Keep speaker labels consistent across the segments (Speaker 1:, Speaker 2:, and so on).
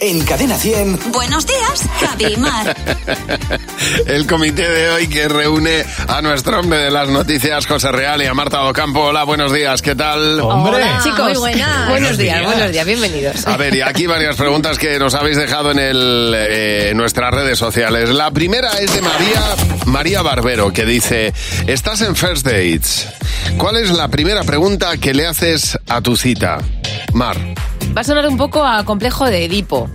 Speaker 1: En Cadena 100.
Speaker 2: Buenos días, Javi y Mar.
Speaker 3: El comité de hoy que reúne a nuestro hombre de las noticias, José Real, y a Marta Ocampo. Hola, buenos días, ¿qué tal?
Speaker 4: Hola, chicos. Muy buenas. buenos días, buenos días, bienvenidos.
Speaker 3: A ver, y aquí varias preguntas que nos habéis dejado en, el, eh, en nuestras redes sociales. La primera es de María, María Barbero, que dice, estás en First Dates. ¿Cuál es la primera pregunta que le haces a tu cita? Mar.
Speaker 4: Va a sonar un poco a complejo de Edipo.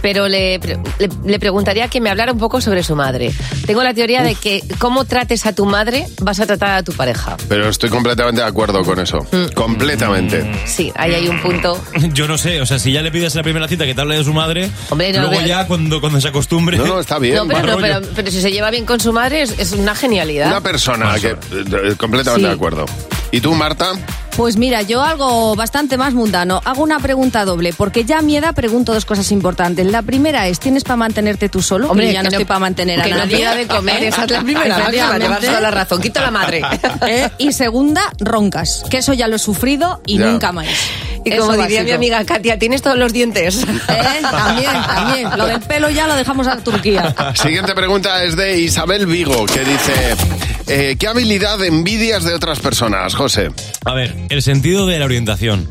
Speaker 4: Pero le, pre- le- le preguntaría que me hablara un poco sobre su madre. Tengo la teoría de que cómo trates a tu madre vas a tratar a tu pareja.
Speaker 3: Pero estoy completamente de acuerdo con eso.
Speaker 4: Mm.
Speaker 3: Completamente.
Speaker 4: Sí, ahí hay un punto.
Speaker 5: Yo no sé, o sea, si ya le pides en la primera cita que te hable de su madre,
Speaker 4: Hombre, no,
Speaker 5: luego
Speaker 4: pero-
Speaker 5: ya cuando, cuando se acostumbre.
Speaker 3: No, no, está bien.
Speaker 4: No, pero,
Speaker 5: mal
Speaker 4: no, pero,
Speaker 5: rollo.
Speaker 4: pero si se lleva bien con su madre es, es una genialidad.
Speaker 3: Una persona que... eh, Completamente
Speaker 4: Sí.
Speaker 3: de acuerdo. ¿Y tú, Marta?
Speaker 6: Pues mira, yo algo bastante más mundano. Hago una pregunta doble, porque ya a mi edad pregunto dos cosas importantes. La primera es, ¿tienes para mantenerte tú solo? Hombre, ya no, estoy para mantener a
Speaker 4: que no
Speaker 6: nadie.
Speaker 4: pida de comer.
Speaker 6: Esa es la primera.
Speaker 4: Efectivamente.
Speaker 6: Efectivamente.
Speaker 4: Llevas toda la razón. Quita la madre.
Speaker 6: ¿Eh? Y segunda, roncas, que eso ya lo he sufrido y
Speaker 3: Ya.
Speaker 6: nunca más.
Speaker 4: Y
Speaker 6: Eso
Speaker 4: como diría
Speaker 6: básico.
Speaker 4: mi amiga Katia, tienes todos los dientes.
Speaker 6: ¿Eh? También, también. Lo del pelo ya lo dejamos a Turquía.
Speaker 3: Siguiente pregunta es de Isabel Vigo, que dice... eh, ¿Qué habilidad envidias de otras personas, José?
Speaker 5: A ver, el sentido de la orientación.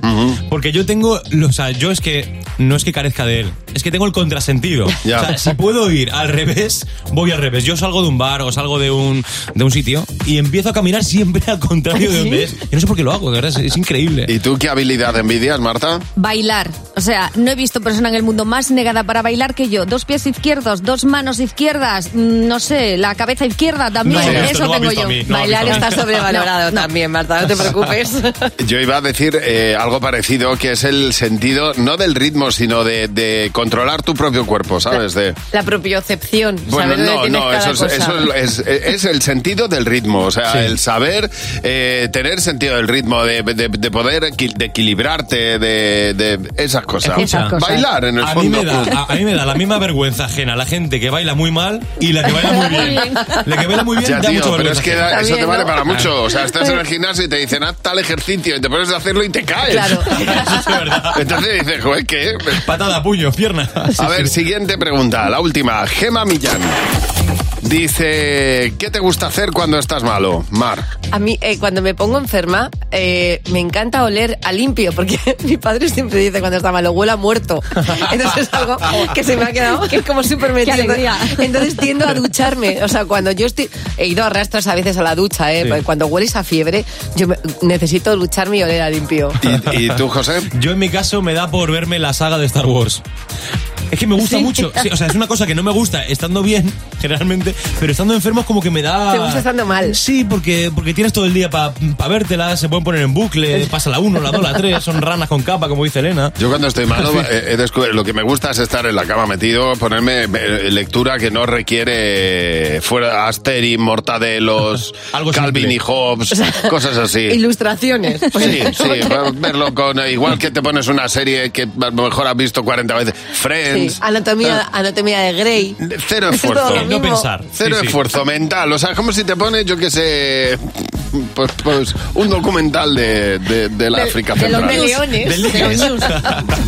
Speaker 5: Porque yo tengo, o sea, yo es que no es que carezca de él, es que tengo el contrasentido.
Speaker 3: Ya.
Speaker 5: O sea, si puedo ir al revés, voy al revés. Yo salgo de un bar o salgo de un, de un sitio y empiezo a caminar siempre al contrario
Speaker 4: ¿Ah,
Speaker 5: de donde es. Yo no sé por qué lo hago, de verdad, es, es increíble.
Speaker 3: ¿Y tú qué habilidad envidias, Marta?
Speaker 6: Bailar. O sea, no he visto persona en el mundo más negada para bailar que yo. Dos pies izquierdos, dos manos izquierdas, mm, no sé, la cabeza izquierda también.
Speaker 5: No, esto
Speaker 6: Eso
Speaker 5: no me ha
Speaker 6: tengo
Speaker 5: visto a
Speaker 6: yo.
Speaker 5: mí, no me ha
Speaker 4: Bailar
Speaker 5: visto a
Speaker 4: está
Speaker 5: mí.
Speaker 4: sobrevalorado también, Marta, no te preocupes.
Speaker 3: Yo iba a decir eh, algo parecido, que es el sentido, no del ritmo, sino de, de controlar tu propio cuerpo, ¿sabes? Pues De,
Speaker 4: La propiocepción.
Speaker 3: bueno,
Speaker 4: saber dónde
Speaker 3: no,
Speaker 4: tienes
Speaker 3: no,
Speaker 4: cada
Speaker 3: eso, es,
Speaker 4: cosa.
Speaker 3: eso es, es- es el sentido del ritmo, o sea,
Speaker 5: Sí.
Speaker 3: el saber eh, tener sentido del ritmo, de, de- de poder equi- de equilibrarte, de, de esas cosas.
Speaker 5: Esas
Speaker 6: cosas.
Speaker 3: Bailar en el
Speaker 5: a
Speaker 3: fondo. pues.
Speaker 5: Mí me da, a, a mí me da la misma vergüenza ajena la gente que baila muy mal y la que baila muy bien. La que baila muy bien
Speaker 3: Ya,
Speaker 5: da
Speaker 3: tío,
Speaker 5: mucha
Speaker 3: pero es
Speaker 5: vergüenza.
Speaker 3: que
Speaker 5: ajena.
Speaker 3: da- eso
Speaker 4: También,
Speaker 3: te vale
Speaker 4: ¿no?
Speaker 3: para mucho. O sea, estás en el gimnasio y te dicen, haz tal ejercicio y te pones a hacerlo y te caes.
Speaker 4: Claro.
Speaker 5: Eso es verdad.
Speaker 3: Entonces dices, joder, ¿qué?
Speaker 5: Patada, puño, pierna.
Speaker 3: A ver, siguiente pregunta, la última. Gema Millán. Dice, ¿qué te gusta hacer cuando estás malo? Mar.
Speaker 4: A mí, eh, cuando me pongo enferma, eh, me encanta oler a limpio, porque mi padre siempre dice cuando está malo, huele a muerto. Entonces es algo que se me ha quedado, que es como súper metido.
Speaker 6: Qué alegría.
Speaker 4: Entonces tiendo a ducharme. O sea, cuando yo estoy. He ido a rastras a veces a la ducha, ¿eh?
Speaker 5: Sí.
Speaker 4: Cuando hueles a fiebre, yo me- necesito ducharme y oler a limpio.
Speaker 3: ¿Y, y tú, José?
Speaker 5: Yo en mi caso me da por verme la saga de Star Wars. Es que me gusta mucho. Sí, o sea, es una cosa que no me gusta estando bien, generalmente, pero estando enfermo es como que me da.
Speaker 4: Te gusta estando mal.
Speaker 5: Sí, porque, porque tienes todo el día para vértela, se pueden poner en bucle, pasa la 1, la 2, la 3, son ranas con capa, como dice Elena.
Speaker 3: Yo cuando estoy malo, eh, he descubierto- lo que me gusta es estar en la cama metido, ponerme eh, lectura que no requiere fuera Asterix, Mortadelos,
Speaker 5: Algo
Speaker 3: Calvin
Speaker 5: simple.
Speaker 3: y Hobbes, cosas así.
Speaker 4: Ilustraciones.
Speaker 3: Sí, sí, verlo con... eh, Igual que te pones una serie que a lo mejor has visto 40 veces.
Speaker 4: Sí,
Speaker 3: Friends. Ah,
Speaker 4: Anatomía, anatomía de Grey.
Speaker 3: Cero
Speaker 4: Es todo lo
Speaker 3: esfuerzo.
Speaker 5: Eh, no
Speaker 4: mismo.
Speaker 5: pensar. Sí,
Speaker 3: Cero
Speaker 5: sí.
Speaker 3: esfuerzo mental. O sea, es como si te pones, yo qué sé, pues, pues, un documental de, de, de la África
Speaker 4: De los
Speaker 3: Central.
Speaker 4: meleones.
Speaker 5: Del
Speaker 4: De los
Speaker 5: Dickens.
Speaker 4: news.